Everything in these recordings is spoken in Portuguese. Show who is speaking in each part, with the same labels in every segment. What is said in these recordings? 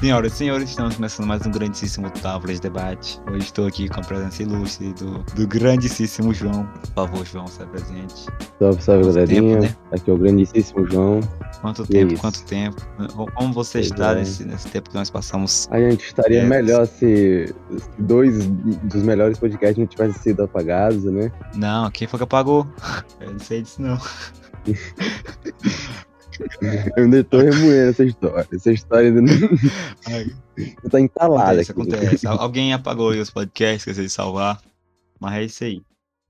Speaker 1: Senhoras e senhores, estamos começando mais um grandíssimo Távolas Debate. Hoje estou aqui com a presença ilustre do, do grandíssimo João. Por favor, João, se presente.
Speaker 2: Salve, salve,
Speaker 1: Quanto
Speaker 2: galerinha.
Speaker 1: tempo, né?
Speaker 2: Aqui é o grandíssimo João.
Speaker 1: Quanto
Speaker 2: Que
Speaker 1: tempo,
Speaker 2: isso.
Speaker 1: quanto tempo? Como você
Speaker 2: Pois
Speaker 1: está
Speaker 2: é.
Speaker 1: nesse, nesse tempo que nós passamos?
Speaker 2: A gente estaria
Speaker 1: É.
Speaker 2: melhor se se dois dos melhores podcasts não tivessem sido apagados, né?
Speaker 1: Não, quem foi que apagou? Eu não sei disso, não.
Speaker 2: Eu ainda estou remoendo essa história. Essa história ainda não tá entalada.
Speaker 1: Acontece,
Speaker 2: aqui.
Speaker 1: acontece. Al- Alguém apagou aí os podcasts, esqueceu de salvar. Mas é isso aí.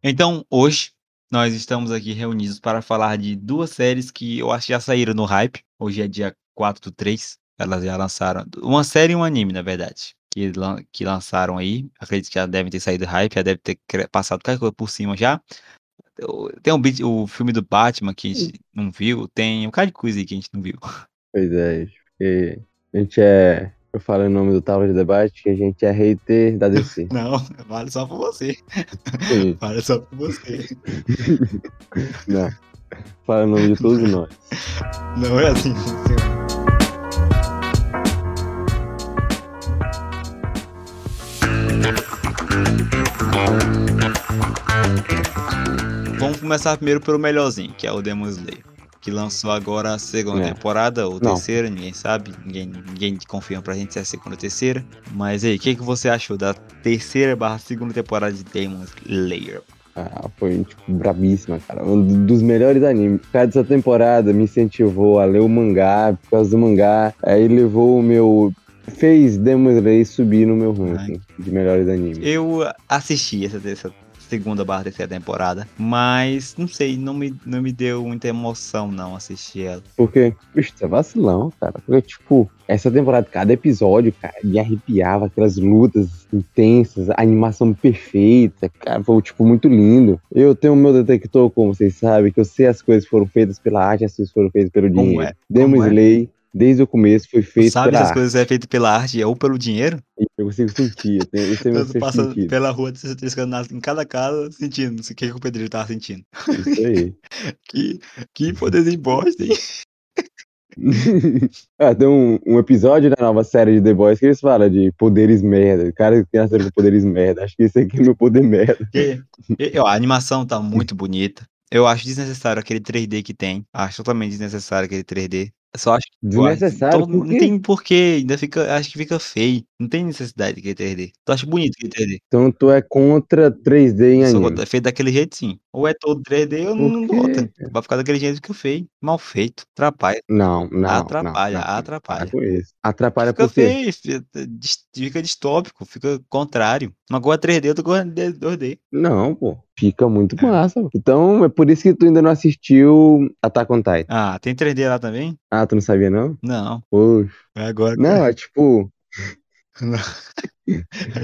Speaker 1: Então, hoje, nós estamos aqui reunidos para falar de duas séries que eu acho que já saíram no hype. Hoje é dia 4 do 3. Elas já lançaram. Uma série e um anime, na verdade. Que, lan- que lançaram aí. Acredito que já devem ter saído do hype, já deve ter cre- passado qualquer coisa por cima já. O- Tem um beat- o filme do Batman que a gente não viu. Tem um cara de coisa aí que a gente não viu.
Speaker 2: Pois é. porque A gente é. Eu falo em nome do Tábua de Debate que a gente é hater da DC.
Speaker 1: Não, vale só por você.
Speaker 2: Sim,
Speaker 1: Vale só por você.
Speaker 2: não. Fala em nome de todos nós.
Speaker 1: Não é assim que funciona. Vamos começar primeiro pelo melhorzinho, que é o Demon Slayer. Que lançou agora a segunda
Speaker 2: É.
Speaker 1: temporada, ou
Speaker 2: Não.
Speaker 1: terceira, ninguém sabe, ninguém, ninguém confirma pra gente se é a segunda ou terceira. Mas aí, o que, que você achou da terceira barra segunda temporada de Demon Slayer?
Speaker 2: Ah, foi, tipo, bravíssima, cara. Um do- dos melhores animes. Cara, dessa temporada me incentivou a ler o mangá, por causa do mangá. Aí levou o meu... Fez Demon Slayer subir no meu ranking de melhores animes.
Speaker 1: Eu assisti essa, essa segunda barra terceira temporada, mas não sei, não me, não me deu muita emoção não assistir ela.
Speaker 2: Porque, bicho, isso é vacilão, cara. Porque, tipo, essa temporada, cada episódio, cara, me arrepiava. Aquelas lutas intensas, a animação perfeita, cara. Foi, tipo, muito lindo. Eu tenho o meu detector, como vocês sabem, que eu sei as coisas foram feitas pela arte, as coisas foram feitas pelo
Speaker 1: Como
Speaker 2: dinheiro.
Speaker 1: é?
Speaker 2: Demon
Speaker 1: Como é?
Speaker 2: Slayer, desde o começo, foi
Speaker 1: Tu
Speaker 2: feito
Speaker 1: sabe
Speaker 2: pela
Speaker 1: essas
Speaker 2: arte.
Speaker 1: coisas é feito pela arte ou pelo dinheiro?
Speaker 2: Eu consigo sentir, eu tenho, eu tenho meu
Speaker 1: Eu
Speaker 2: sexto
Speaker 1: passando
Speaker 2: sentido.
Speaker 1: pela rua, triscando em cada casa, sentindo o que, que o pedreiro tava sentindo.
Speaker 2: Isso aí.
Speaker 1: Que, que poderzinho bosta, hein?
Speaker 2: ah, tem um, um episódio da nova série de The Boys que eles falam de poderes merda. Cara que nasceu com poderes merda. Acho que esse aqui é meu poder merda.
Speaker 1: Porque, e- ó, a animação tá muito bonita. Eu acho desnecessário aquele 3D que tem. Acho totalmente desnecessário aquele 3D. Eu só acho que, pô,
Speaker 2: Desnecessário,
Speaker 1: todo-
Speaker 2: é por
Speaker 1: então, não
Speaker 2: quê?
Speaker 1: tem porquê, ainda fica, acho que fica feio. Não tem necessidade daquele 3D. Tu acha bonito aquele 3D?
Speaker 2: Então tu é contra 3D em
Speaker 1: Só
Speaker 2: anime.
Speaker 1: é feito daquele jeito sim. Ou é todo 3D ou não, não
Speaker 2: Por quê?
Speaker 1: bota. Vai ficar daquele jeito que eu feio. Mal feito. Atrapalha.
Speaker 2: Não, não.
Speaker 1: atrapalha,
Speaker 2: não, não. Para
Speaker 1: atrapalha.
Speaker 2: com isso. Atrapalha
Speaker 1: Fica
Speaker 2: por quê?
Speaker 1: feio, fi- dis- fica distópico, fica contrário. é Não agora 3D, eu tô agora 2D.
Speaker 2: Não, pô. Fica muito
Speaker 1: É.
Speaker 2: massa. pô. Então é por isso que tu ainda não assistiu Attack on Titan.
Speaker 1: Ah, tem 3D lá também?
Speaker 2: Ah, tu não sabia não?
Speaker 1: Não.
Speaker 2: Poxa.
Speaker 1: É agora.
Speaker 2: Não, é tipo...
Speaker 1: Não.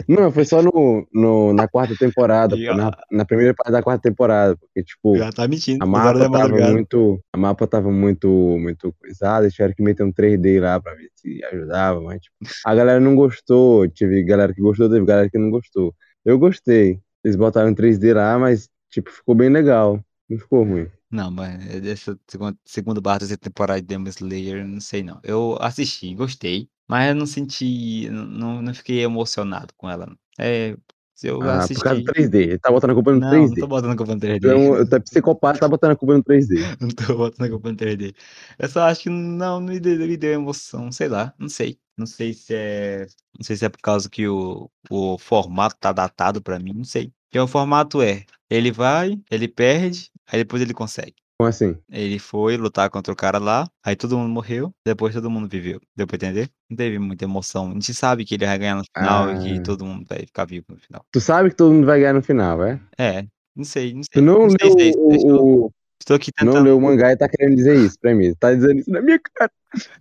Speaker 2: Não, foi só no, no- na quarta temporada,
Speaker 1: E,
Speaker 2: pô,
Speaker 1: ó.
Speaker 2: na, na primeira parte da quarta temporada, porque, tipo,
Speaker 1: Já tá mentindo.
Speaker 2: a
Speaker 1: duas horas
Speaker 2: mapa
Speaker 1: da
Speaker 2: tava
Speaker 1: madrugada.
Speaker 2: muito, a mapa tava muito, muito coisada, eles tiveram que meter um 3D lá pra ver se ajudava, mas, tipo, a galera não gostou, tive galera que gostou, teve galera que não gostou. Eu gostei, eles botaram 3D lá, mas, tipo, ficou bem legal, não ficou ruim.
Speaker 1: Não, mas é dessa segunda, segunda barra dessa temporada de Demon Slayer, eu não sei não. Eu assisti, gostei, mas eu não senti, não- não, não fiquei emocionado com ela. não. É, se eu
Speaker 2: Ah,
Speaker 1: assisti...
Speaker 2: por causa do 3D, ele tá botando a culpa no
Speaker 1: Não, não
Speaker 2: 3D.
Speaker 1: tô botando a culpa no 3D.
Speaker 2: Então, eu tô psicopata, tá botando a culpa no 3D.
Speaker 1: Não tô botando a culpa no 3D. Eu só acho que não, não me deu, me deu emoção, sei lá, não sei. Não sei se é, não sei se é por causa que o, o formato tá datado pra mim, não sei. Porque o formato é, ele vai, ele perde, aí depois ele consegue.
Speaker 2: Como assim?
Speaker 1: Ele foi lutar contra o cara lá, aí todo mundo morreu, depois todo mundo viveu. Deu pra entender? Não teve muita emoção. A gente sabe que ele vai ganhar no final e que
Speaker 2: Ah.
Speaker 1: todo mundo vai ficar vivo no final.
Speaker 2: Tu sabe que todo mundo vai ganhar no final, é?
Speaker 1: É, não sei, não
Speaker 2: Tu
Speaker 1: sei.
Speaker 2: não
Speaker 1: não sei, é
Speaker 2: leu
Speaker 1: sei, sei, estou,
Speaker 2: o- o,
Speaker 1: estou aqui
Speaker 2: não
Speaker 1: tentando.
Speaker 2: leu o mangá e tá querendo dizer isso pra mim. Tá dizendo isso na minha cara.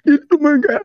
Speaker 2: Isso do mangá.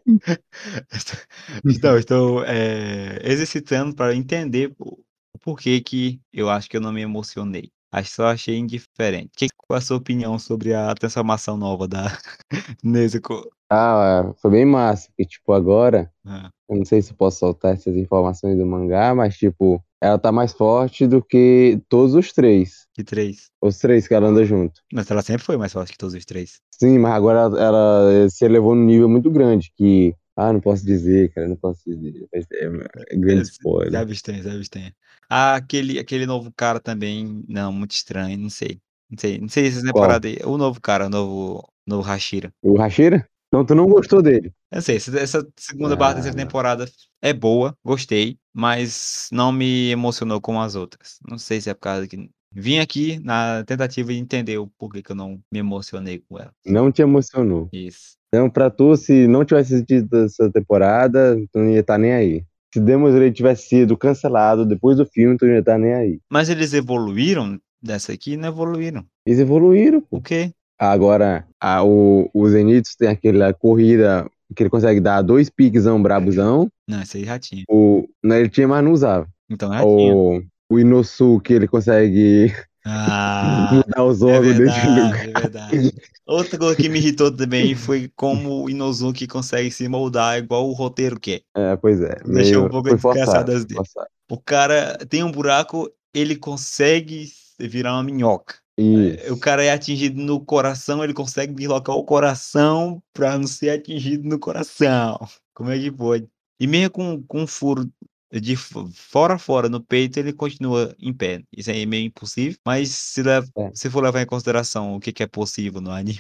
Speaker 1: Então, estou é, exercitando para entender o o porquê que eu acho que eu não me emocionei. Acho que só achei indiferente. Que, qual a sua opinião sobre a transformação nova da Nezuko?
Speaker 2: Ah, foi bem massa. Porque, tipo, agora,
Speaker 1: Ah,
Speaker 2: eu não sei se eu posso soltar essas informações do mangá, mas, tipo, ela tá mais forte do que todos os três.
Speaker 1: que três.
Speaker 2: Os três que ela anda junto.
Speaker 1: Mas ela sempre foi mais forte que todos os três.
Speaker 2: Sim, mas agora ela, ela se elevou num nível muito grande, que Ah, não posso dizer, cara, não posso dizer. Mas é, é grande
Speaker 1: Já
Speaker 2: spoiler.
Speaker 1: abstenho, já abstenho. Ah, aquele, aquele novo cara também. Não, muito estranho, não sei. Não sei, não sei se vocês
Speaker 2: Qual?
Speaker 1: repararam aí. O novo cara, o novo, novo Hashira.
Speaker 2: O Rashira? Então tu não gostou dele?
Speaker 1: Eu não sei, essa essa segunda barra
Speaker 2: Ah,
Speaker 1: terceira
Speaker 2: não.
Speaker 1: temporada é boa, gostei, mas não me emocionou como as outras. Não sei se é por causa que. Vim aqui na tentativa de entender o porquê que eu não me emocionei com ela.
Speaker 2: Não te emocionou.
Speaker 1: Isso.
Speaker 2: Então, pra tu, se não tivesse assistido essa temporada, tu não ia estar nem aí. Se Demon Slayer tivesse sido cancelado depois do filme, tu não ia estar nem aí.
Speaker 1: Mas eles evoluíram dessa aqui? Não evoluíram.
Speaker 2: Eles evoluíram,
Speaker 1: O
Speaker 2: pô.
Speaker 1: quê?
Speaker 2: Agora, a, o, o Zenitsu tem aquela corrida que ele consegue dar dois piquezão brabuzão.
Speaker 1: Não, esse aí já tinha.
Speaker 2: O, né, ele tinha, mas não usava.
Speaker 1: Então já tinha.
Speaker 2: O, o Inosuke, ele consegue
Speaker 1: Ah,
Speaker 2: mudar os
Speaker 1: é
Speaker 2: órgãos dentro do lugar.
Speaker 1: verdade, é verdade. Outra coisa que me irritou também foi como o Inozuki consegue se moldar igual o roteiro quer.
Speaker 2: É, pois é.
Speaker 1: Deixou um
Speaker 2: Meio,
Speaker 1: pouco
Speaker 2: foi forçado.
Speaker 1: desgraçado as dele.
Speaker 2: forçado.
Speaker 1: O cara tem um buraco, ele consegue virar uma minhoca. É, O
Speaker 2: Isso.
Speaker 1: cara é atingido no coração, ele consegue deslocar o coração pra não ser atingido no coração. Como é que pode? E mesmo com, com um furo de fo- fora a fora no peito, ele continua em pé. Isso aí é meio impossível, mas se, leva,
Speaker 2: É.
Speaker 1: se for levar em consideração o que, que é possível no anime,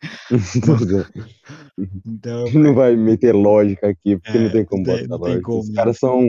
Speaker 2: Pois é.
Speaker 1: então
Speaker 2: não vai meter lógica aqui, porque não
Speaker 1: é,
Speaker 2: tem
Speaker 1: não
Speaker 2: como
Speaker 1: tem,
Speaker 2: botar
Speaker 1: não tem
Speaker 2: lógica. Os
Speaker 1: como, não.
Speaker 2: caras são,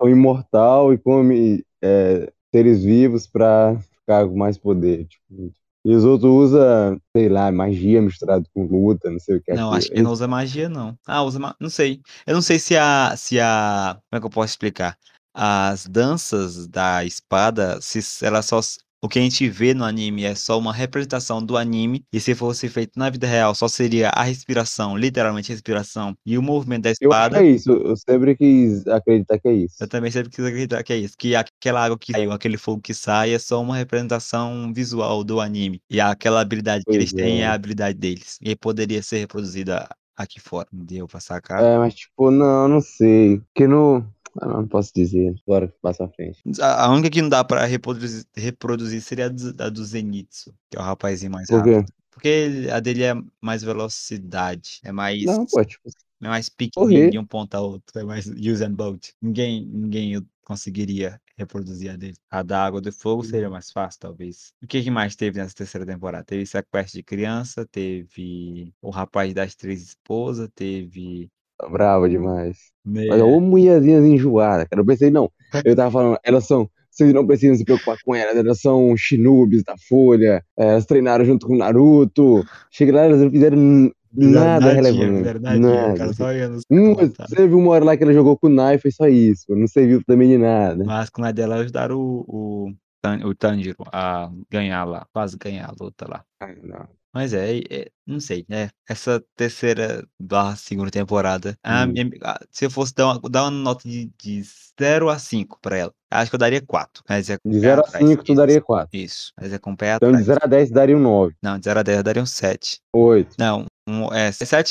Speaker 2: são imortal e comem é, seres vivos pra ficar com mais poder. tipo. E os outros usam, sei lá, magia misturada com luta, não sei o que é
Speaker 1: Não,
Speaker 2: aquilo.
Speaker 1: acho que não usa magia, não. Ah, usa ma... Não sei. Eu não sei se a. Se a. Como é que eu posso explicar? As danças da espada, se s- ela só. s- O que a gente vê no anime é só uma representação do anime. E se fosse feito na vida real, só seria a respiração, literalmente a respiração, e o movimento da
Speaker 2: Eu acho que
Speaker 1: espada.
Speaker 2: é isso, eu sempre quis acreditar que é
Speaker 1: Eu
Speaker 2: isso.
Speaker 1: também sempre quis acreditar que é isso, que aquela água que saiu, aquele fogo que sai é só uma representação visual do anime. E aquela habilidade que
Speaker 2: Pois
Speaker 1: eles têm é a
Speaker 2: é.
Speaker 1: habilidade deles. E poderia ser reproduzida aqui fora. Um Deu pra sacar?
Speaker 2: É, mas tipo, não, não sei. Que não. Ah, não, não posso dizer. Bora, passa à frente.
Speaker 1: A a única que não dá pra reproduzir, reproduzir seria a do, a do Zenitsu, que é o rapazinho mais
Speaker 2: Por quê?
Speaker 1: rápido. Porque ele- a dele é mais velocidade, é mais,
Speaker 2: Não, pô, tipo,
Speaker 1: é mais piquezinho de
Speaker 2: correr.
Speaker 1: um ponto a outro, é mais use and bolt. Ninguém, ninguém conseguiria reproduzir a dele. A da Água do Fogo seria mais fácil, talvez. O que, que mais teve nessa terceira temporada? Teve sequestro de criança, teve o rapaz das três esposas, teve.
Speaker 2: Tá Brava demais. Mas
Speaker 1: né,
Speaker 2: ô mulherzinhas enjoadas, cara. Eu pensei, não. Eu tava falando, elas são. Vocês não precisam se preocupar com elas, elas são shinobis da Folha, é, elas treinaram junto com o Naruto. Chega lá, elas não fizeram n-
Speaker 1: Fizeram
Speaker 2: nada
Speaker 1: nadinha,
Speaker 2: é relevante.
Speaker 1: fizeram nadinha. O
Speaker 2: Nada. é.
Speaker 1: cara só Tá. ia nos
Speaker 2: Uma,
Speaker 1: comentários.
Speaker 2: teve uma hora lá que ela jogou com o Nai, foi só isso. Não serviu também de nada.
Speaker 1: Mas com a dela ajudaram o, o, Tan- o Tanjiro a ganhar lá, quase ganhar a luta lá.
Speaker 2: Ah, não.
Speaker 1: Mas é, é- não sei, né? Essa terceira barra segunda temporada, a
Speaker 2: Hum.
Speaker 1: minha- a- se eu fosse dar uma, dar uma nota de, de 0 a 5 pra ela, acho que eu daria 4, mas é com o
Speaker 2: De
Speaker 1: pé
Speaker 2: 0 a
Speaker 1: atrás.
Speaker 2: 5, tu
Speaker 1: Isso,
Speaker 2: daria 4.
Speaker 1: isso, mas é com o pé
Speaker 2: Então, de
Speaker 1: atrás.
Speaker 2: 0 a 10, daria um 9.
Speaker 1: Não, de 0 a 10 eu daria um 7.
Speaker 2: 8.
Speaker 1: Não, um, é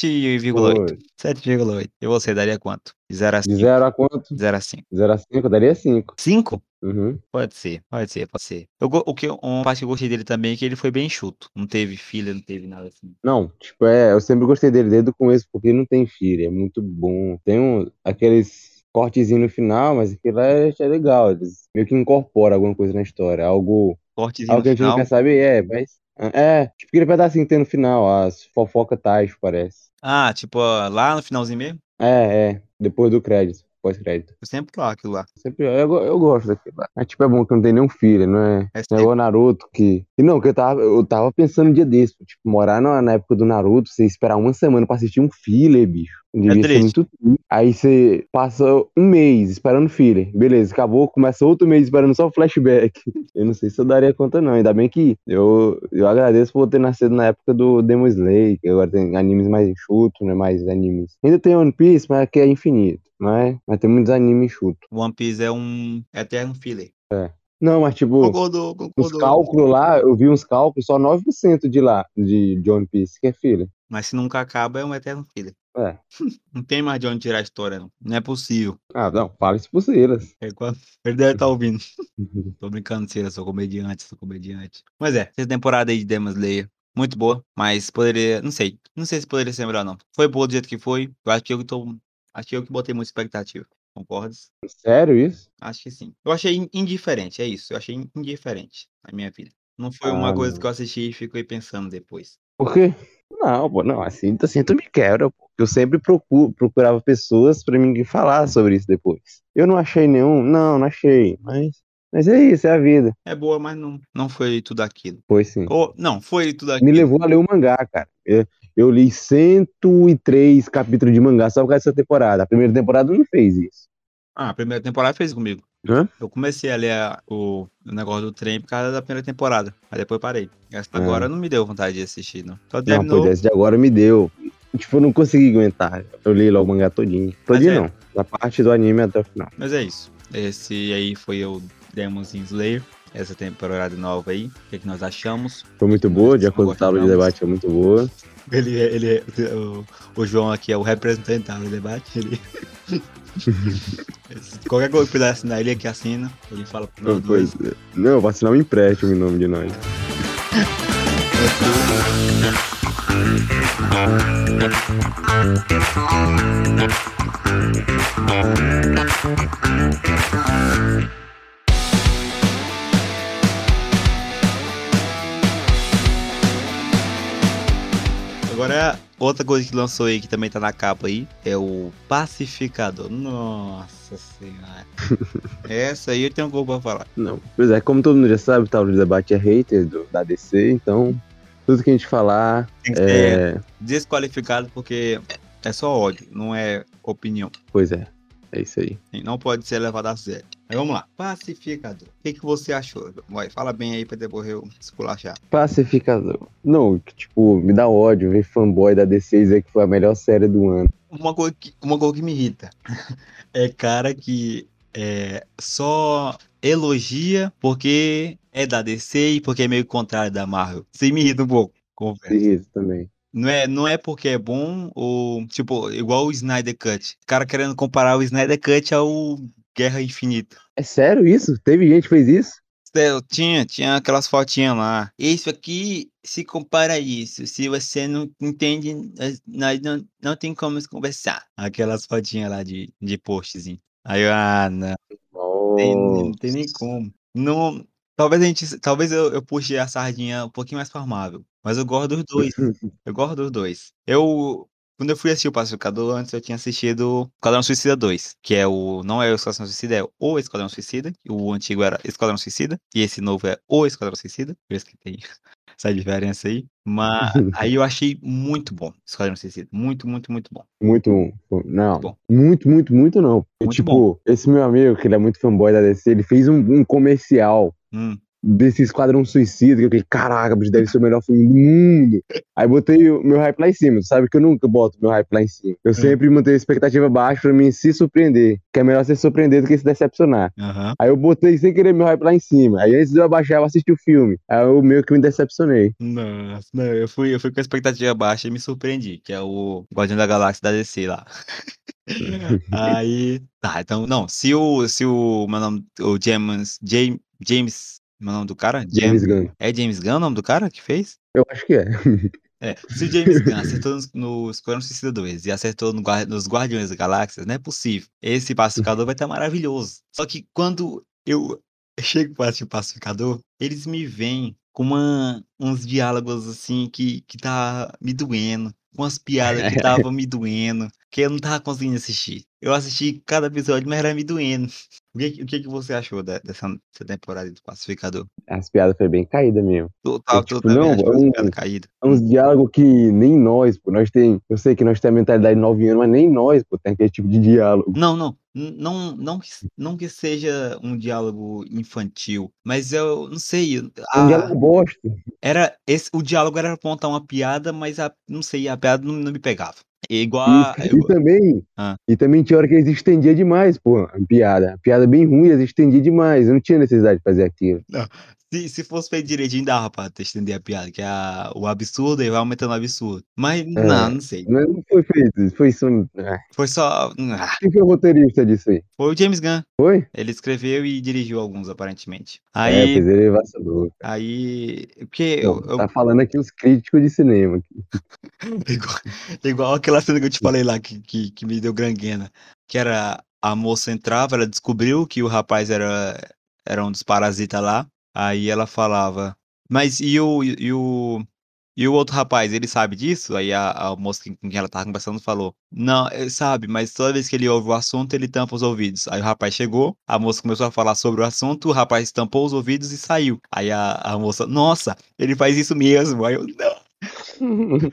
Speaker 1: 7,8.
Speaker 2: 8.
Speaker 1: 7,8. E você daria quanto? De 0 a
Speaker 2: De
Speaker 1: 5.
Speaker 2: 0 a quanto?
Speaker 1: 0 a 5.
Speaker 2: 0 a 5, daria 5.
Speaker 1: 5?
Speaker 2: Uhum.
Speaker 1: Pode ser, pode ser, pode ser. Eu, go- o que, eu- uma parte que eu gostei dele também é que ele foi bem chuto. Não teve filha, não teve nada assim.
Speaker 2: Não, tipo, é, eu sempre gostei dele desde o começo, porque não tem filho, é muito bom. Tem um, aqueles cortezinhos no final, mas aquilo lá é, é legal, eles meio que incorpora alguma coisa na história, algo,
Speaker 1: Cortezinho
Speaker 2: algo
Speaker 1: no
Speaker 2: que a gente não quer
Speaker 1: final.
Speaker 2: saber, é, mas... É, tipo aquele pedacinho que tem no final, as fofoca tais, parece.
Speaker 1: Ah, tipo, ó, lá no finalzinho mesmo?
Speaker 2: É, é, depois do crédito, pós-crédito.
Speaker 1: Eu sempre lá, aquilo lá.
Speaker 2: Sempre, eu, go- eu gosto daquilo lá. Mas, tipo, é bom que não tem nenhum filho, não é?
Speaker 1: É
Speaker 2: Não é igual
Speaker 1: sempre.
Speaker 2: o Naruto, que... E não, que eu tava, eu tava pensando um dia desse, tipo, morar na, na época do Naruto, você esperar uma semana pra assistir um filler, bicho.
Speaker 1: É
Speaker 2: Devia ser
Speaker 1: triste.
Speaker 2: muito triste. Aí você passa um mês esperando filler, beleza, acabou, começa outro mês esperando só flashback. Eu não sei se eu daria conta, não. Ainda bem que eu, eu agradeço por ter nascido na época do Demon Slayer, que agora tem animes mais enxutos, né? Mais animes. Ainda tem One Piece, mas que é infinito. Mas, mas tem muitos animes enxutos.
Speaker 1: One Piece é um eterno filler.
Speaker 2: Não, mas tipo,
Speaker 1: Concordou,
Speaker 2: os
Speaker 1: concordou.
Speaker 2: cálculos lá, eu vi uns cálculos, só 9% de lá, de, de One Piece, que é filler.
Speaker 1: Mas se nunca acaba, é um eterno filler.
Speaker 2: É.
Speaker 1: Não tem mais de onde tirar a história, não. Não é possível.
Speaker 2: Ah, não, fala isso por elas.
Speaker 1: É quase... Ele deve estar ouvindo. Tô brincando, Cira, sou comediante, sou comediante. Mas é, essa temporada aí de Demon Slayer. muito boa, mas poderia, não sei, não sei se poderia ser melhor não. Foi boa do jeito que foi, eu acho que eu tô, acho que eu que botei muita expectativa. Concordas?
Speaker 2: Sério isso?
Speaker 1: Acho que sim. Eu achei in- indiferente, é isso. Eu achei in- indiferente na minha vida. Não foi uma
Speaker 2: Ah,
Speaker 1: coisa
Speaker 2: não.
Speaker 1: que eu assisti e fiquei pensando depois.
Speaker 2: Por quê? Não, pô, não, assim, assim tu me quebra, pô. Eu sempre procu- procurava pessoas pra mim falar sobre isso depois. Eu não achei nenhum, não, não achei, mas, mas é isso, é a vida.
Speaker 1: É boa, mas não, não foi tudo aquilo.
Speaker 2: Pois sim.
Speaker 1: Ou, não, foi tudo
Speaker 2: Me
Speaker 1: aquilo.
Speaker 2: levou a ler o mangá, cara. Eu, eu li 103 capítulos de mangá só por causa dessa temporada. A primeira temporada não fez isso.
Speaker 1: Ah, a primeira temporada fez comigo.
Speaker 2: Hã?
Speaker 1: Eu comecei a ler a- o, o negócio do trem por causa da primeira temporada. Aí depois parei. Essa
Speaker 2: Ah.
Speaker 1: agora não me deu vontade de assistir, não. Só
Speaker 2: Não, é.
Speaker 1: terminou.
Speaker 2: pô, essa de agora me deu. Tipo, eu não consegui aguentar. Eu li logo o mangá todinho. Todinho
Speaker 1: é.
Speaker 2: não. Da parte do anime até o final.
Speaker 1: Mas é isso. Esse aí foi o Demon Slayer. Essa temporada nova aí. O que, que nós achamos?
Speaker 2: Foi muito boa, de
Speaker 1: Não
Speaker 2: acordo com a
Speaker 1: gosto,
Speaker 2: tábua de
Speaker 1: não.
Speaker 2: debate, foi muito boa.
Speaker 1: Ele, é- ele, é- o, o João aqui é o representante do debate. Ele... Esse- Qualquer coisa que puder assinar, ele é que assina. Ele fala pro meu
Speaker 2: Pois
Speaker 1: dois.
Speaker 2: é. Não, vou assinar um empréstimo em nome de nós.
Speaker 1: Agora, outra coisa que lançou aí, que também tá na capa aí, é o Pacificador. Nossa senhora. Essa aí eu tenho algo pra falar.
Speaker 2: Não. Pois é, como todo mundo já sabe, o tábua de debate é hater do- da DC, então tudo que a gente falar
Speaker 1: Tem que ser
Speaker 2: é.
Speaker 1: desqualificado porque é só ódio, não é opinião.
Speaker 2: Pois é. É isso aí.
Speaker 1: E Não pode ser levado a sério. Mas vamos lá. Pacificador. O que, que você achou? Vai, fala bem aí pra depois eu esculachar.
Speaker 2: Pacificador. Não, que, tipo, me dá ódio ver fanboy da DC dizer que foi a melhor série do ano.
Speaker 1: Uma coisa que, uma coisa que me irrita é cara que é, só elogia porque é da DC e porque é meio contrário da Marvel. Isso aí me irrita um pouco. Confesso.
Speaker 2: Isso também.
Speaker 1: Não é, não é porque é bom ou, tipo, igual o Snyder Cut. O cara querendo comparar o Snyder Cut ao Guerra Infinita.
Speaker 2: É sério isso? Teve gente que fez isso?
Speaker 1: Céu, É, tinha, tinha aquelas fotinhas lá. Isso aqui se compara a isso. Se você não entende, nós- nós não, não tem como conversar. Aquelas fotinhas lá de, de postzinho. Aí eu, ah, não, tem- não tem nem como. Não, talvez a gente, talvez eu, eu puxe a sardinha um pouquinho mais formável. Mas eu gosto dos dois. Eu gosto dos dois. Eu, quando eu fui assistir o Pacificador, antes eu tinha assistido Esquadrão Suicida 2, que é o. Não é o Esquadrão Suicida, é o Esquadrão Suicida. que O antigo era Esquadrão Suicida, e esse novo é o Esquadrão Suicida. Por isso que tem essa diferença aí. Mas aí eu achei muito bom Esquadrão Suicida. Muito, muito, muito bom.
Speaker 2: Muito bom. Não.
Speaker 1: Bom.
Speaker 2: Muito, muito, muito não.
Speaker 1: Muito
Speaker 2: tipo,
Speaker 1: bom.
Speaker 2: esse meu amigo, que ele é muito fanboy da DC, ele fez um, um comercial
Speaker 1: Hum.
Speaker 2: desse Esquadrão Suicida, que eu fiquei, caraca, bicho, deve ser o melhor filme do mundo. Aí botei o meu hype lá em cima. Tu sabe que eu nunca boto meu hype lá em cima.
Speaker 1: Hum.
Speaker 2: Eu sempre mantenho a expectativa baixa pra mim se surpreender. Que é melhor se surpreender do que se decepcionar.
Speaker 1: Aham.
Speaker 2: Aí eu botei sem querer meu hype lá em cima. Aí antes de eu abaixar, eu assisti o filme. Aí eu meio que me decepcionei.
Speaker 1: Nossa, não, eu fui, eu fui com a expectativa baixa e me surpreendi, que é o Guardião da Galáxia da DC lá. Aí, tá, então, não, se o, se o, meu nome, o James, James, James, meu nome do cara?
Speaker 2: James
Speaker 1: Jam-
Speaker 2: Gunn.
Speaker 1: é James Gunn o nome do cara que fez?
Speaker 2: Eu acho que é.
Speaker 1: É, se o James Gunn acertou nos- no Esquadrão Suicida 2 e acertou no Guar- nos Guardiões da Galáxia, não é possível. Esse pacificador vai estar maravilhoso. Só que quando eu chego para assistir o pacificador, eles me vêm com uma- uns diálogos assim que, que tá me doendo, com umas piadas que tava me doendo, que eu não tava conseguindo assistir. Eu assisti cada episódio, mas era me doendo. O que, que- o que, que você achou da- dessa, dessa temporada do Pacificador?
Speaker 2: As piadas foi bem caída mesmo.
Speaker 1: Tu, tá,
Speaker 2: tipo,
Speaker 1: tu também
Speaker 2: não,
Speaker 1: achou as
Speaker 2: eu-
Speaker 1: piadas caídas?
Speaker 2: É uns diálogos que nem nós, pô. Nós tem. Eu sei que nós temos a mentalidade de 9 anos, mas nem nós, pô, tem aquele tipo de diálogo.
Speaker 1: Não, não, n- não, não, que, s- não que seja um diálogo infantil, mas eu não sei, eu-
Speaker 2: É Um
Speaker 1: a-
Speaker 2: diálogo bosta.
Speaker 1: era esse, o diálogo era apontar uma piada, mas a, não sei, a piada não, não me pegava. É igual a,
Speaker 2: E, e também.
Speaker 1: Ah.
Speaker 2: E também tinha hora que eles estendiam demais, pô, a piada. A piada bem ruim, eles estendiam demais. Eu não tinha necessidade de fazer aquilo.
Speaker 1: eu- Se, se fosse feito direitinho, dava pra te estender a piada, que é a- o absurdo aí vai aumentando o absurdo. Mas, não,
Speaker 2: É.
Speaker 1: não sei.
Speaker 2: Mas não foi feito isso, foi isso. Ah,
Speaker 1: Foi só. ah,
Speaker 2: Quem foi o roteirista disso aí?
Speaker 1: Foi o James Gunn.
Speaker 2: Foi?
Speaker 1: Ele escreveu e dirigiu alguns, aparentemente.
Speaker 2: É,
Speaker 1: Aí.
Speaker 2: pois é. ele vacilou.
Speaker 1: aí. Porque.
Speaker 2: Não,
Speaker 1: Eu, eu-
Speaker 2: Tá falando aqui os críticos de cinema.
Speaker 1: igual, igual aquela cena que eu te falei lá, que, que, que me deu granguena. Que era. A moça entrava, ela descobriu que o rapaz era, era um dos parasitas lá. Aí ela falava. Mas e o. E o e o outro rapaz, ele sabe disso? Aí a, a moça que- com quem ela tava conversando falou: Não, ele sabe, mas toda vez que ele ouve o assunto, ele tampa os ouvidos. Aí o rapaz chegou, a moça começou a falar sobre o assunto, o rapaz tampou os ouvidos e saiu. Aí a, a moça, nossa, ele faz isso mesmo. Aí eu, não.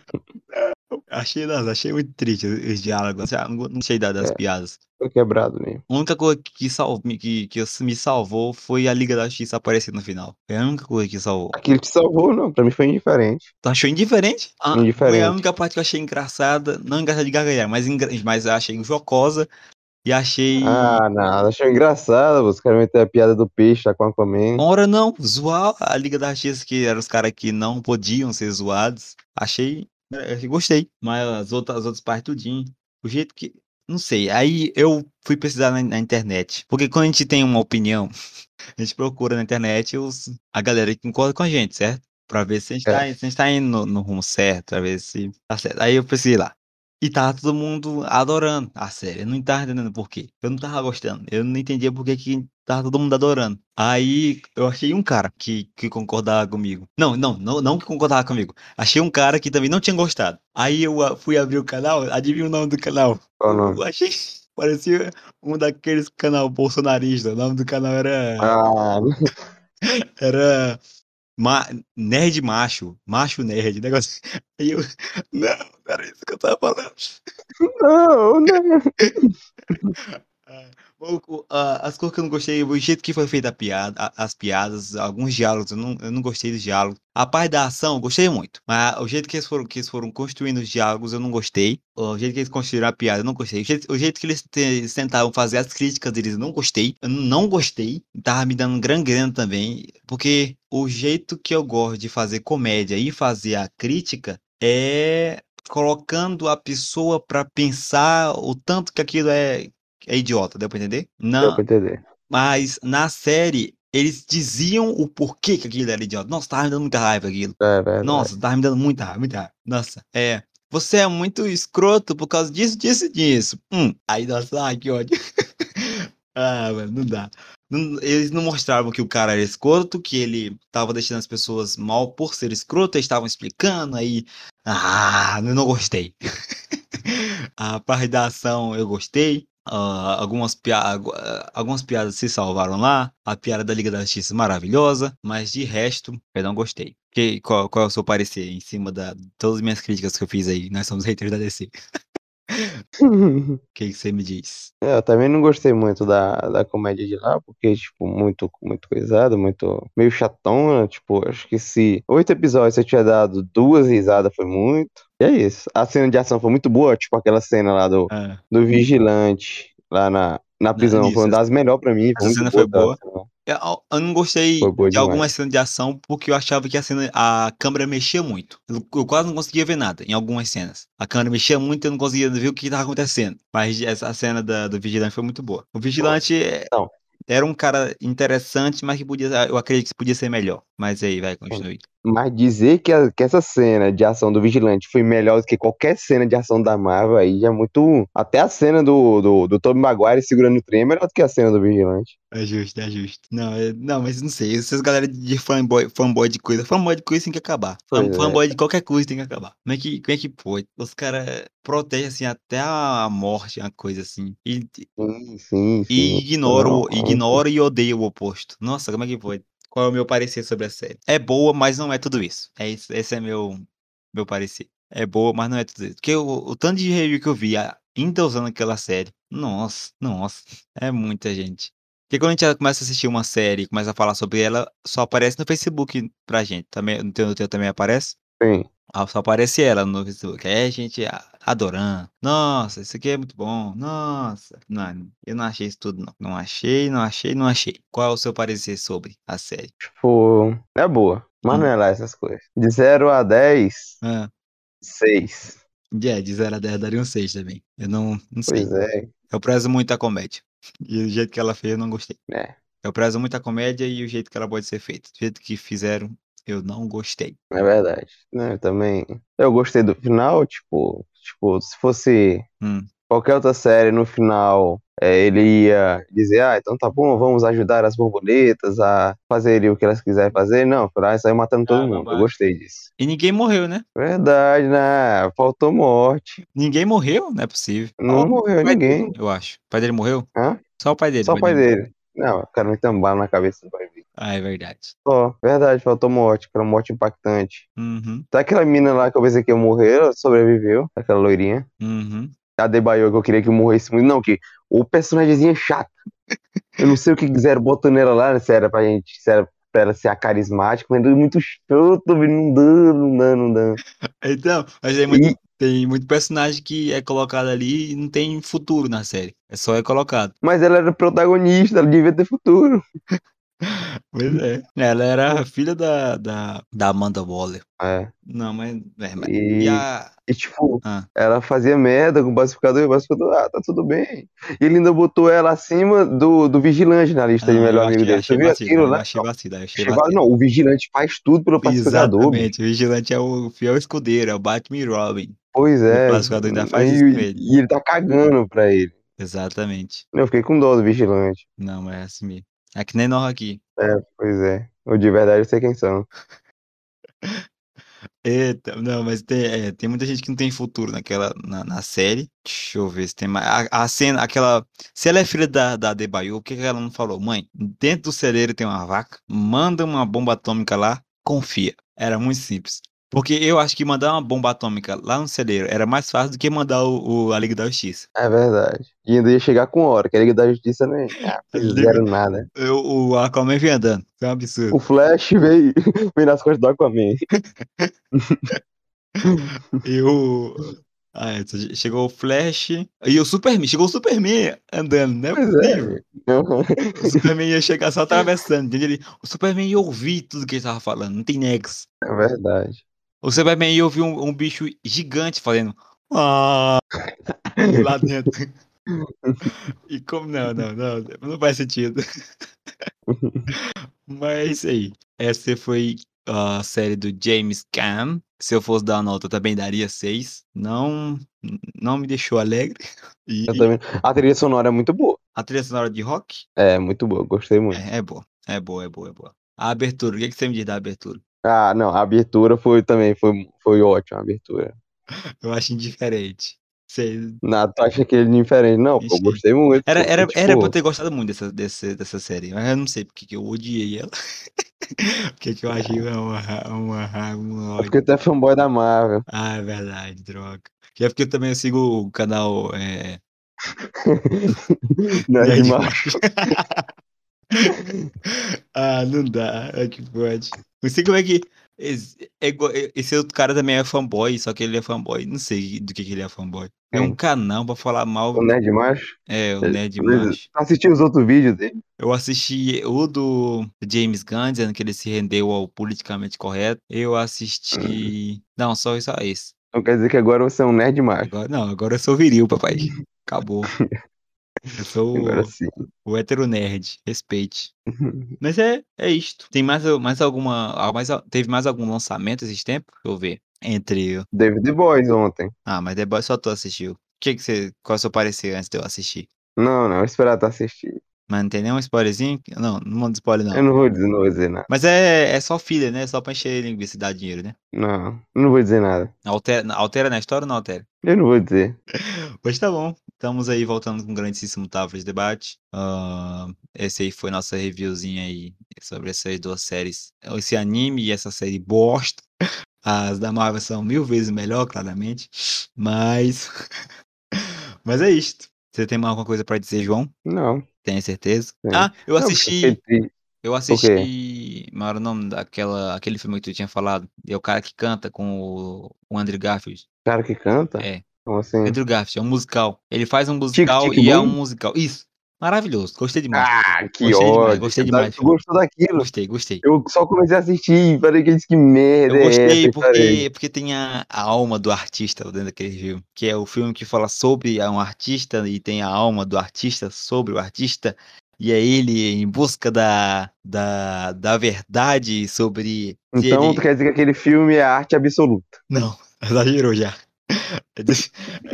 Speaker 1: Achei, nossa, achei muito triste os diálogos. ah, Não gostei da- das
Speaker 2: É.
Speaker 1: piadas.
Speaker 2: Foi quebrado mesmo.
Speaker 1: A única coisa que, sal- me- que, que eu- me salvou foi a Liga da Justiça aparecer no final. Foi a única coisa que salvou.
Speaker 2: Aquilo te salvou, não. Pra mim foi indiferente.
Speaker 1: Tu achou indiferente? Ah, Foi
Speaker 2: Indiferente.
Speaker 1: a única parte que eu achei engraçada. Não engraçada de gargalhar, mas, engra- mas eu achei jocosa. E achei.
Speaker 2: Ah, nada. Achei engraçado. Os caras meteram a piada do peixe lá com Aquaman.
Speaker 1: Ora não, zoar a Liga da Justiça, que eram os caras que não podiam ser zoados. Achei. eh, Gostei. Mas as outras, as outras partes tudinho. O jeito que. Não sei. Aí eu fui pesquisar na, na internet. Porque quando a gente tem uma opinião, a gente procura na internet os, a galera que concorda com a gente, certo? Pra ver se a gente, tá, se a gente tá indo no, no rumo certo, pra ver se tá certo. Aí eu pesquisei lá. E tava todo mundo adorando a série. Eu não tava entendendo por quê. Eu não tava gostando. Eu não entendia por que, que tava todo mundo adorando. Aí eu achei um cara que, que concordava comigo. Não, não, não, não que concordava comigo. Achei um cara que também não tinha gostado. Aí eu ah, fui abrir o canal, adivinha o nome do canal?
Speaker 2: Qual o nome?
Speaker 1: Eu achei. Parecia um daqueles canal bolsonarista. O nome do canal era.
Speaker 2: Ah,
Speaker 1: Era. Ma- nerd macho. Macho nerd. Negócio. Aí eu. Não, não era isso que eu tava falando.
Speaker 2: não, não.
Speaker 1: O- o- a- As coisas que eu não gostei, o jeito que foi feita a piada, a- as piadas, alguns diálogos, eu não, eu não gostei dos diálogos. A parte da ação, eu gostei muito. Mas o jeito que eles foram, que eles foram construindo os diálogos, eu não gostei. O jeito que eles construíram a piada, eu não gostei. O jeito, o jeito que eles te- tentaram fazer as críticas deles, eu não gostei. Eu não gostei. Tava me dando grangrena também. Porque o jeito que eu gosto de fazer comédia e fazer a crítica é colocando a pessoa pra pensar o tanto que aquilo é é idiota, deu pra entender?
Speaker 2: Deu
Speaker 1: Não,
Speaker 2: pra entender.
Speaker 1: mas na série eles diziam o porquê que aquilo era idiota. Nossa, tava me dando muita raiva aquilo.
Speaker 2: É verdade.
Speaker 1: Nossa, tava me dando muita raiva, muita raiva. Nossa, é. Você é muito escroto por causa disso, disso e disso. Hum, aí nossa, ai, que ódio. ah, mano, não dá. Não- Eles não mostravam que o cara era escroto, que ele tava deixando as pessoas mal por ser escroto, eles estavam explicando, aí. Ah, eu não gostei. A parte da ação eu gostei. Ah, algumas, pia agu- ah, algumas piadas se salvaram lá. A piada da Liga da Justiça é maravilhosa. Mas de resto, eu não gostei. Que, qual, qual é o seu parecer em cima da todas as minhas críticas que eu fiz aí? Nós somos haters da DC. O que, que você me diz?
Speaker 2: É, eu também não gostei muito da, da comédia de lá, porque, tipo, muito, muito coisada, muito meio chatona, tipo, acho que se oito episódios eu tinha dado duas risadas foi muito. E é isso. A cena de ação foi muito boa, tipo aquela cena lá do,
Speaker 1: Ah,
Speaker 2: do vigilante lá na, na prisão.
Speaker 1: isso,
Speaker 2: foi uma das melhores pra mim.
Speaker 1: essa
Speaker 2: muito
Speaker 1: cena foi
Speaker 2: aquela cena.
Speaker 1: eu, É, eu não gostei
Speaker 2: Foi boa
Speaker 1: de algumas
Speaker 2: demais.
Speaker 1: cenas de ação porque eu achava que a cena, a câmera mexia muito. Eu, eu quase não conseguia ver nada em algumas cenas. A câmera mexia muito e eu não conseguia ver o que estava acontecendo. Mas essa a cena da- do Vigilante foi muito boa. O Vigilante é-
Speaker 2: Então.
Speaker 1: era um cara interessante, mas que podia, eu acredito que podia ser melhor. Mas aí, vai, continue.
Speaker 2: Mas dizer que, a- que essa cena de ação do vigilante foi melhor do que qualquer cena de ação da Marvel aí já é muito. Até a cena do, do, do Tobey Maguire segurando o trem é melhor do que a cena do vigilante.
Speaker 1: É justo, é justo. Não, é- não, mas não sei. Essas galera de fanboy, fanboy de coisa. Fanboy de coisa tem que acabar. Fan-
Speaker 2: Pois é.
Speaker 1: Fanboy de qualquer coisa tem que acabar. Como é que, como é que pode? Os caras protegem assim até a morte, uma coisa assim. E,
Speaker 2: Sim, sim,
Speaker 1: e
Speaker 2: sim.
Speaker 1: ignora, o-
Speaker 2: Não,
Speaker 1: ignora e odeia o oposto. Nossa, como é que pode? Qual é o meu parecer sobre a série? É boa, mas não é tudo isso. É isso, esse é meu meu parecer. É boa, mas não é tudo isso. Porque o, o tanto de review que eu vi a- ainda usando aquela série. Nossa, nossa, é muita gente. Porque quando a gente começa a assistir uma série e começa a falar sobre ela, só aparece no Facebook pra gente. Também, no teu, no teu também aparece?
Speaker 2: Sim.
Speaker 1: Ah, Só aparece ela no Facebook. Aí a gente ah, adorando. Nossa, isso aqui é muito bom. Nossa. Não, eu não achei isso tudo, não. Não achei, não achei, não achei. Qual é o seu parecer sobre a série?
Speaker 2: Tipo, é boa. Mas não é lá essas coisas. De 0 a 10,
Speaker 1: Ah,
Speaker 2: 6.
Speaker 1: é, de 0 a 10 daria um 6 também. Eu não, não sei.
Speaker 2: Pois é.
Speaker 1: Eu prezo muito a comédia. E o jeito que ela fez, eu não gostei.
Speaker 2: É.
Speaker 1: Eu prezo muito a comédia e o jeito que ela pode ser feita. Do jeito que fizeram, eu não gostei.
Speaker 2: É verdade. Não, eu também. Eu gostei do final, tipo, tipo, se fosse
Speaker 1: Hum.
Speaker 2: qualquer outra série no final, é, ele ia dizer, ah, então tá bom, vamos ajudar as borboletas a fazerem o que elas quiserem fazer. Não, foi lá e saiu matando todo
Speaker 1: Ah,
Speaker 2: mundo. Eu
Speaker 1: bobagem.
Speaker 2: gostei disso.
Speaker 1: E ninguém morreu, né?
Speaker 2: Verdade, né? Faltou morte.
Speaker 1: Ninguém morreu? Não é possível.
Speaker 2: Não
Speaker 1: Só o
Speaker 2: morreu
Speaker 1: pai dele,
Speaker 2: ninguém.
Speaker 1: eu acho. O pai dele morreu?
Speaker 2: Hã?
Speaker 1: Só o pai dele.
Speaker 2: Só o pai
Speaker 1: morreu.
Speaker 2: dele. Não, o cara me tambala na cabeça do pai dele.
Speaker 1: Ah, é verdade.
Speaker 2: Só, verdade, faltou morte, aquela morte impactante.
Speaker 1: Uhum,
Speaker 2: Até aquela mina lá que eu pensei que ia morrer, ela sobreviveu, aquela loirinha.
Speaker 1: uhum.
Speaker 2: A Debaio que eu queria que morresse muito. Não, que o personagemzinho é chato. Eu não sei o que quiseram botando ela lá, né, se era pra gente, se era pra ela ser a carismática, mas é muito chato, não dá, não dá, não dá.
Speaker 1: Então, mas tem muito,
Speaker 2: E,
Speaker 1: tem muito personagem que é colocado ali e não tem futuro na série. É só é colocado.
Speaker 2: mas ela era protagonista, ela devia ter futuro.
Speaker 1: Pois é. Ela era a filha da, da, da Amanda Waller.
Speaker 2: É,
Speaker 1: Não, mas. É, mas e
Speaker 2: e,
Speaker 1: a.
Speaker 2: e tipo,
Speaker 1: Ah,
Speaker 2: Ela fazia merda com o pacificador e o pacificador, ah, tá tudo bem. E ele ainda botou ela acima do, do vigilante na lista de
Speaker 1: ah,
Speaker 2: é melhor
Speaker 1: eu
Speaker 2: amigo
Speaker 1: achei,
Speaker 2: dele. Você
Speaker 1: achei
Speaker 2: viu
Speaker 1: vacilo.
Speaker 2: aquilo,
Speaker 1: eu
Speaker 2: né?
Speaker 1: achei vacilo, eu achei
Speaker 2: Chegou-
Speaker 1: vacilo.
Speaker 2: Não, o vigilante faz tudo pelo pacificador. bicho.
Speaker 1: Exatamente, o vigilante é o fiel escudeiro, é o Batman e Robin.
Speaker 2: Pois
Speaker 1: E o
Speaker 2: é.
Speaker 1: pacificador ainda faz isso com
Speaker 2: E,
Speaker 1: ele.
Speaker 2: e ele tá cagando pra ele.
Speaker 1: Exatamente.
Speaker 2: Eu fiquei com dó do vigilante.
Speaker 1: Não, mas é assim mesmo. É que nem nós aqui.
Speaker 2: É, pois é. Eu de verdade eu sei quem são.
Speaker 1: Eita, não, mas tem, é, tem muita gente que não tem futuro naquela, na, na série. Deixa eu ver se tem mais. A, a cena, aquela. Se ela é filha da, da Adebayo, por que que ela não falou? Mãe, dentro do celeiro tem uma vaca, manda uma bomba atômica lá, confia. Era muito simples. Porque eu acho que mandar uma bomba atômica lá no celeiro era mais fácil do que mandar o, o- a Liga da Justiça.
Speaker 2: É verdade. E ainda ia chegar com hora, que a Liga da Justiça nem. Ah,
Speaker 1: A
Speaker 2: fizeram nada.
Speaker 1: Eu, o Aquaman vem andando. Isso é um absurdo.
Speaker 2: O Flash veio, veio nas costas do Aquaman.
Speaker 1: É E o. Ah, é, che- chegou o Flash. E o Superman. Chegou o Superman andando, né?
Speaker 2: Pois é.
Speaker 1: O Superman ia chegar só atravessando, entendeu? Ele- O Superman ia ouvir tudo que ele tava falando, não tem nexo.
Speaker 2: É verdade.
Speaker 1: O Superman ia ouvir um, um bicho gigante fazendo "Ah", lá dentro. E como não, não, não, não faz sentido. Mas é isso aí. Essa foi a série do James Caan. Se eu fosse dar uma nota, eu também daria 6. Não, não me deixou alegre. E
Speaker 2: Eu também. A trilha sonora é muito boa.
Speaker 1: a trilha sonora de rock
Speaker 2: É, muito boa, gostei muito.
Speaker 1: é, é boa. É boa, é boa, é boa. A abertura, o que, que você me diz da abertura?
Speaker 2: Ah, não, a abertura foi também, foi, foi ótima a abertura.
Speaker 1: Eu acho indiferente. Sei-
Speaker 2: Na, tu acha que ele é diferente? Não, pô, eu
Speaker 1: Achei.
Speaker 2: gostei muito.
Speaker 1: Era,
Speaker 2: pô.
Speaker 1: era,
Speaker 2: Tipo,
Speaker 1: era pra eu ter gostado muito dessa, desse, dessa série, mas eu não sei porque que eu odiei ela. Porque que eu achei uma, ra- uma, ra- um
Speaker 2: é porque
Speaker 1: ódio.
Speaker 2: tu é fanboy da Marvel.
Speaker 1: Ah, é verdade, droga. Que é porque eu também sigo o canal é,
Speaker 2: Nerd
Speaker 1: Nerd
Speaker 2: é de Marvel.
Speaker 1: Macho. Ah, não dá. É que pode. Não sei como é que. Esse, é igual- é- esse outro cara também é fanboy, só que ele é fanboy. Não sei do que, que ele é fanboy. Tem um
Speaker 2: Quem?
Speaker 1: canal pra falar mal.
Speaker 2: O Nerd Macho?
Speaker 1: É, o Nerd
Speaker 2: Tu
Speaker 1: Macho.
Speaker 2: assistiu os outros vídeos dele?
Speaker 1: Eu assisti o do James Gunn, dizendo que ele se rendeu ao politicamente correto. Eu
Speaker 2: Uhum.
Speaker 1: assisti. Não, só, só esse.
Speaker 2: Então quer dizer que agora você é um Nerd Macho.
Speaker 1: Agora, não, agora eu sou viril, papai. Acabou. Eu
Speaker 2: Agora
Speaker 1: sou
Speaker 2: sim.
Speaker 1: o, o hétero nerd. Respeite. Mas é, é isto. Tem mais, al- mais alguma. ah, Mais, al- teve mais algum lançamento esses tempos? Deixa eu ver. Entre.
Speaker 2: David The Boys ontem.
Speaker 1: Ah, mas The Boys só tu assistiu. O que que você. Qual é o seu parecer antes de eu assistir?
Speaker 2: Não, não, eu esperar tu assistir.
Speaker 1: Mas não tem nenhum spoilerzinho? Não, não manda spoiler, não.
Speaker 2: Eu não vou dizer, não vou dizer nada.
Speaker 1: Mas é, é só filha, né? Só pra encher linguiça e dar dinheiro, né?
Speaker 2: Não, não vou dizer nada.
Speaker 1: Altera, altera na história ou não altera?
Speaker 2: Eu não vou dizer.
Speaker 1: Pois tá bom. Estamos aí voltando com um grandíssimo Távola de Debate. Ah, esse aí foi nossa reviewzinha aí sobre essas duas séries. Esse anime e essa série bosta. As da Marvel são mil vezes melhor, claramente. Mas. Mas é isto. Você tem mais alguma coisa pra dizer, João?
Speaker 2: Não.
Speaker 1: Tenho certeza.
Speaker 2: Tenho.
Speaker 1: Ah, eu
Speaker 2: É. Não, porque eu fiquei
Speaker 1: assisti.
Speaker 2: triste.
Speaker 1: Eu
Speaker 2: O quê?
Speaker 1: assisti Como era o nome daquela, aquele filme que tu tinha falado? É o cara que canta com o, o Andrew Garfield.
Speaker 2: O cara que canta?
Speaker 1: É.
Speaker 2: Como assim?
Speaker 1: Andrew Garfield, é um musical. Ele faz um musical
Speaker 2: Tic,
Speaker 1: e
Speaker 2: Tic,
Speaker 1: é
Speaker 2: Boom?
Speaker 1: um musical. Isso. Maravilhoso. Gostei demais.
Speaker 2: Ah, que
Speaker 1: Gostei demais,
Speaker 2: ódio.
Speaker 1: gostei
Speaker 2: Tu
Speaker 1: demais.
Speaker 2: gostou daquilo?
Speaker 1: gostei, gostei.
Speaker 2: Eu só comecei a assistir e falei que disse que merda.
Speaker 1: Eu
Speaker 2: é essa,
Speaker 1: gostei
Speaker 2: cara?
Speaker 1: porque, porque tem a, a alma do artista dentro daquele filme, que é o filme que fala sobre um artista e tem a alma do artista sobre o artista, e é ele em busca da, da, da verdade sobre se
Speaker 2: Então
Speaker 1: ele...
Speaker 2: tu quer dizer que aquele filme é arte absoluta.
Speaker 1: Não, exagerou já.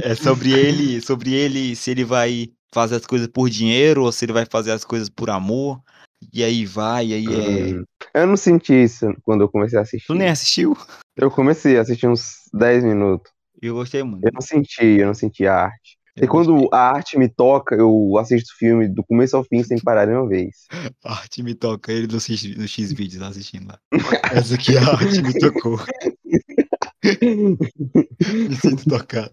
Speaker 1: É sobre ele, sobre ele, se ele vai fazer as coisas por dinheiro ou se ele vai fazer as coisas por amor, e aí vai, e aí é...
Speaker 2: Hum. Eu não senti isso quando eu comecei a assistir.
Speaker 1: Tu é nem assistiu?
Speaker 2: Eu comecei a assistir uns 10 minutos.
Speaker 1: Eu gostei muito.
Speaker 2: Eu não senti, eu não senti a arte.
Speaker 1: Eu
Speaker 2: É, e quando
Speaker 1: gostei.
Speaker 2: a arte me toca, eu assisto filme do começo ao fim sem parar nenhuma vez.
Speaker 1: A arte me toca, ele no X, no X vídeos lá assistindo lá. Essa aqui é a arte me tocou. me sinto tocado.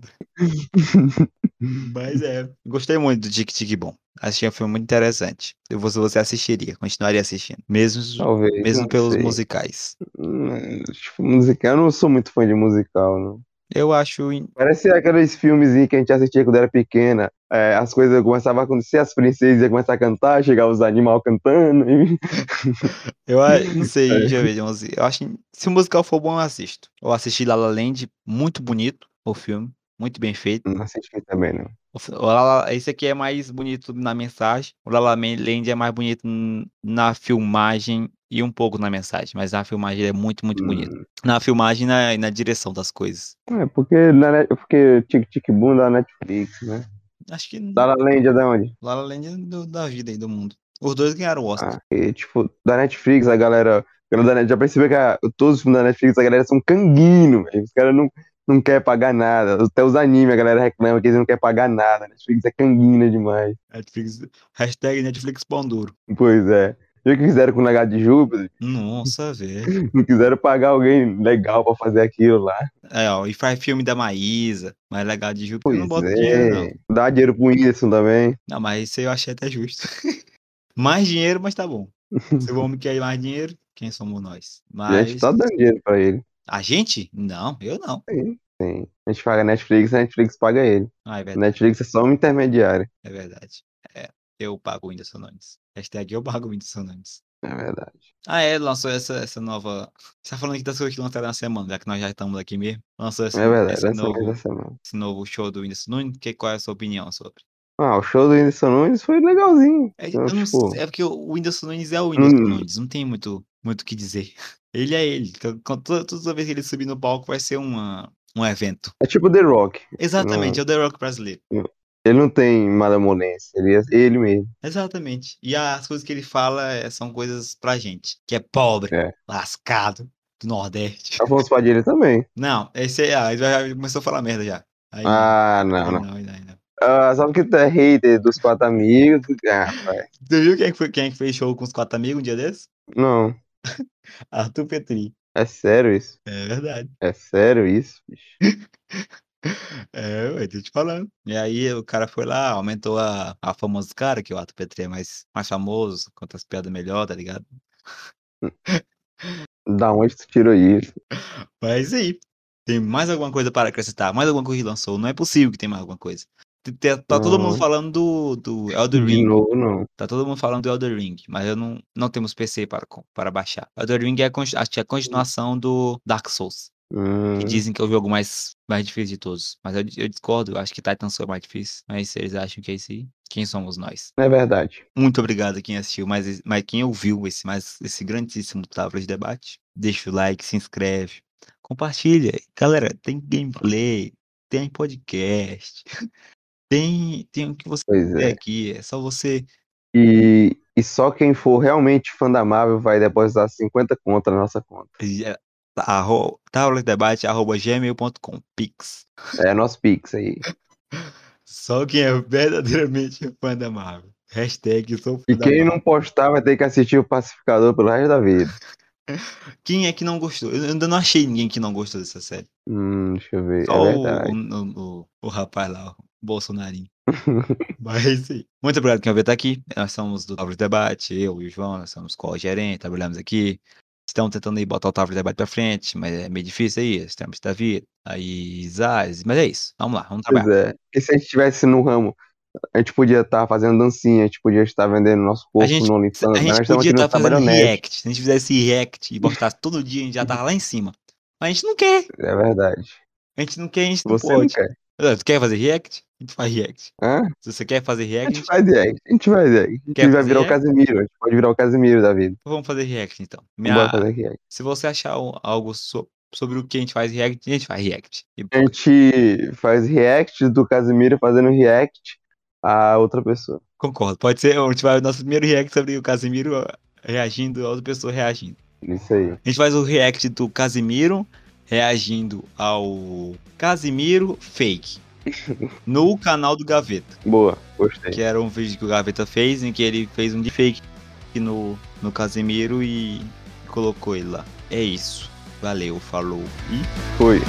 Speaker 1: Mas é, gostei muito do Tic Tic Bom. Achei um filme muito interessante. Eu vou- você assistiria, continuaria assistindo. Mesmo,
Speaker 2: Talvez.
Speaker 1: mesmo
Speaker 2: não
Speaker 1: pelos
Speaker 2: sei.
Speaker 1: musicais.
Speaker 2: Hum, Tipo, musical. Eu não sou muito fã de musical, não.
Speaker 1: Eu acho. in-
Speaker 2: Parece aqueles filmezinhos que a gente assistia quando era pequena. é, as coisas começavam a acontecer, as princesas iam começar a cantar, chegavam os animais cantando. e-
Speaker 1: Eu a- não sei,
Speaker 2: É.
Speaker 1: deixa eu ver. vamos dizer, Eu acho. in- Se o musical for bom, eu assisto. Eu assisti La La Land, muito bonito o filme, muito bem feito.
Speaker 2: Não assisti também, não.
Speaker 1: O fi- o La La- Esse aqui é mais bonito na mensagem. O La La Man- Land é mais bonito n- na filmagem e um pouco na mensagem. Mas na filmagem ele é muito, muito bonito. Na filmagem e na, e na direção das coisas.
Speaker 2: Hum, É porque, na, Net- porque Tic Tic Boom da Netflix, né?
Speaker 1: Acho que n-
Speaker 2: Da La Land é da onde?
Speaker 1: La La Land é do- da vida aí do mundo. Os dois ganharam o Oscar.
Speaker 2: Ah, e, tipo, da Netflix, a galera. a galera da Net- Já percebeu que a- todos os filmes da Netflix, a galera são canguino, velho. Os caras não, não querem pagar nada. Até os animes, a galera reclama que eles não querem pagar nada. A Netflix é canguina demais.
Speaker 1: Netflix, hashtag Netflix Pão Duro.
Speaker 2: Pois é. Viu o que fizeram com o Lagarto de Júpiter?
Speaker 1: Nossa, velho.
Speaker 2: Não quiseram pagar alguém legal pra fazer aquilo lá.
Speaker 1: É, ó, e faz filme da Maísa. Mas legal de Júpiter eu
Speaker 2: Pois
Speaker 1: não bota dinheiro, não.
Speaker 2: é. Dá dinheiro pro Whindersson também.
Speaker 1: Não, mas isso eu achei até justo. mais dinheiro, mas tá bom. Se o homem quer mais dinheiro, quem somos nós?
Speaker 2: A
Speaker 1: Mas.
Speaker 2: gente tá dando dinheiro pra ele.
Speaker 1: A gente? Não, eu não.
Speaker 2: Sim. A gente paga a Netflix, a Netflix paga ele.
Speaker 1: Ah, é
Speaker 2: A
Speaker 1: verdade.
Speaker 2: Netflix é só um intermediário.
Speaker 1: É verdade. É, eu pago o Whindersson Nunes. Hashtag eu pago o Whindersson Nunes.
Speaker 2: É verdade.
Speaker 1: Ah, é, lançou essa, essa nova. Você tá falando aqui das coisas que lançaram na semana, já que nós já estamos aqui mesmo. Lançou esse,
Speaker 2: É verdade.
Speaker 1: esse,
Speaker 2: Essa
Speaker 1: novo,
Speaker 2: essa semana.
Speaker 1: esse novo show do Whindersson Nunes. Que, qual é a sua opinião sobre?
Speaker 2: Ah, o show do Whindersson Nunes foi legalzinho.
Speaker 1: É,
Speaker 2: Então,
Speaker 1: eu não
Speaker 2: tipo,
Speaker 1: sei- é porque o Whindersson Nunes é o Whindersson
Speaker 2: Hum.
Speaker 1: Nunes, não tem muito muito o que dizer. Ele é ele. Então, com- toda, toda vez que ele subir no palco vai ser uma, um evento.
Speaker 2: é tipo The Rock.
Speaker 1: Exatamente, é o The Rock brasileiro.
Speaker 2: Ele não tem malemolência, ele é ele mesmo.
Speaker 1: Exatamente. E as coisas que ele fala é- são coisas pra gente, que é pobre,
Speaker 2: É.
Speaker 1: lascado, do Nordeste.
Speaker 2: Afonso Padilha também.
Speaker 1: Não, esse é. Ah, ele já começou a falar merda já. Aí,
Speaker 2: Ah,
Speaker 1: aí
Speaker 2: não, não.
Speaker 1: não, aí não, aí não.
Speaker 2: Ah, sabe que tu é hater dos quatro amigos? Ah, pai.
Speaker 1: Tu viu quem, é que foi- quem é que fez show com os quatro amigos um dia desses?
Speaker 2: Não,
Speaker 1: Arthur Petri.
Speaker 2: é sério isso?
Speaker 1: É verdade.
Speaker 2: É sério isso? bicho?
Speaker 1: É, eu tô te falando. E aí o cara foi lá, aumentou a, a fama dos caras, que o Arthur Petri é mais, mais famoso, conta as piadas melhor, tá ligado?
Speaker 2: Da onde tu tirou isso?
Speaker 1: Mas e aí, tem mais alguma coisa para acrescentar? Mais alguma coisa que lançou? Não é possível que tenha mais alguma coisa. Te- te- Tá todo mundo
Speaker 2: Não.
Speaker 1: falando do, do Elden
Speaker 2: De
Speaker 1: Ring.
Speaker 2: novo, não.
Speaker 1: Tá todo mundo falando do Elden Ring, mas eu não, não temos PC para, co- para baixar. Elden Ring é, a con- acho que é a continuação do Dark Souls,
Speaker 2: Hum,
Speaker 1: que dizem que é o jogo mais, mais difícil de todos. Mas eu, eu discordo, eu acho que Titan Souls é mais difícil. Mas se eles acham que é isso aí, quem somos nós?
Speaker 2: é verdade.
Speaker 1: Muito obrigado a quem assistiu, mas, esse- mas quem ouviu esse, mais, esse grandíssimo Távola de Debate. Deixa o like, se inscreve, compartilha. Galera, tem gameplay, tem podcast, tem, tem o que você
Speaker 2: Pois
Speaker 1: quer
Speaker 2: é.
Speaker 1: aqui. É só você.
Speaker 2: E, e só quem for realmente fã da Marvel vai depositar 50 conto na nossa conta.
Speaker 1: é, arro- Távola de Debate, arroba gmail.com, pix.
Speaker 2: É nosso Pix aí.
Speaker 1: Só quem é verdadeiramente fã da Marvel. Hashtag sou fã
Speaker 2: E
Speaker 1: da
Speaker 2: quem
Speaker 1: Marvel.
Speaker 2: não postar vai ter que assistir o Pacificador pelo resto da vida.
Speaker 1: Quem é que não gostou? Eu ainda não achei ninguém que não gostou dessa série.
Speaker 2: Hum, deixa eu ver.
Speaker 1: Só
Speaker 2: é
Speaker 1: o,
Speaker 2: verdade.
Speaker 1: o, o- o rapaz lá, o Bolsonarinho. Mas é isso aí. Muito obrigado quem veio estar aqui. Nós somos do Pobre Debate, eu e o João, nós somos co-gerente, trabalhamos aqui. Estão tentando aí botar o Tavro debate pra frente, mas é meio difícil aí, esse tempo da vida. Aí, Zaz, mas é isso. Vamos lá, vamos
Speaker 2: Pois
Speaker 1: trabalhar.
Speaker 2: é. Porque se a gente estivesse no ramo, a gente podia estar fazendo dancinha, a gente podia estar vendendo nosso corpo
Speaker 1: gente-
Speaker 2: no
Speaker 1: A
Speaker 2: OnlyFans, mas é. nós
Speaker 1: gente
Speaker 2: estamos
Speaker 1: podia
Speaker 2: aqui no
Speaker 1: estar
Speaker 2: trabalho
Speaker 1: fazendo
Speaker 2: honesto.
Speaker 1: react. Se a gente fizesse react e botasse todo dia, a gente já tava lá em cima. Mas a gente não quer.
Speaker 2: É verdade.
Speaker 1: A gente não quer, a gente não
Speaker 2: Você não
Speaker 1: pode.
Speaker 2: quer.
Speaker 1: Ah, Tu quer fazer react? A gente faz react.
Speaker 2: Hã?
Speaker 1: Se você quer fazer
Speaker 2: A
Speaker 1: react, a
Speaker 2: gente
Speaker 1: gente...
Speaker 2: faz react, a gente faz react. A gente
Speaker 1: Quer
Speaker 2: vai
Speaker 1: fazer
Speaker 2: virar o
Speaker 1: react?
Speaker 2: Casemiro, a gente pode virar o Casemiro da vida.
Speaker 1: vamos fazer react então. Minha-
Speaker 2: Bora fazer react.
Speaker 1: Se você achar o- algo so- sobre o que a gente faz react, a gente faz react. E-
Speaker 2: A gente faz react do Casemiro fazendo react a outra pessoa.
Speaker 1: Concordo. Pode ser, a gente vai o nosso primeiro react sobre o Casimiro ó, reagindo a outra pessoa reagindo.
Speaker 2: Isso aí.
Speaker 1: A gente faz o react do Casimiro reagindo ao Casimiro Fake. No canal do Gaveta,
Speaker 2: Boa, gostei.
Speaker 1: que era um vídeo que o Gaveta fez, em que ele fez um deepfake no, no Casimiro e colocou ele lá. É isso. Valeu, falou e.
Speaker 2: Foi.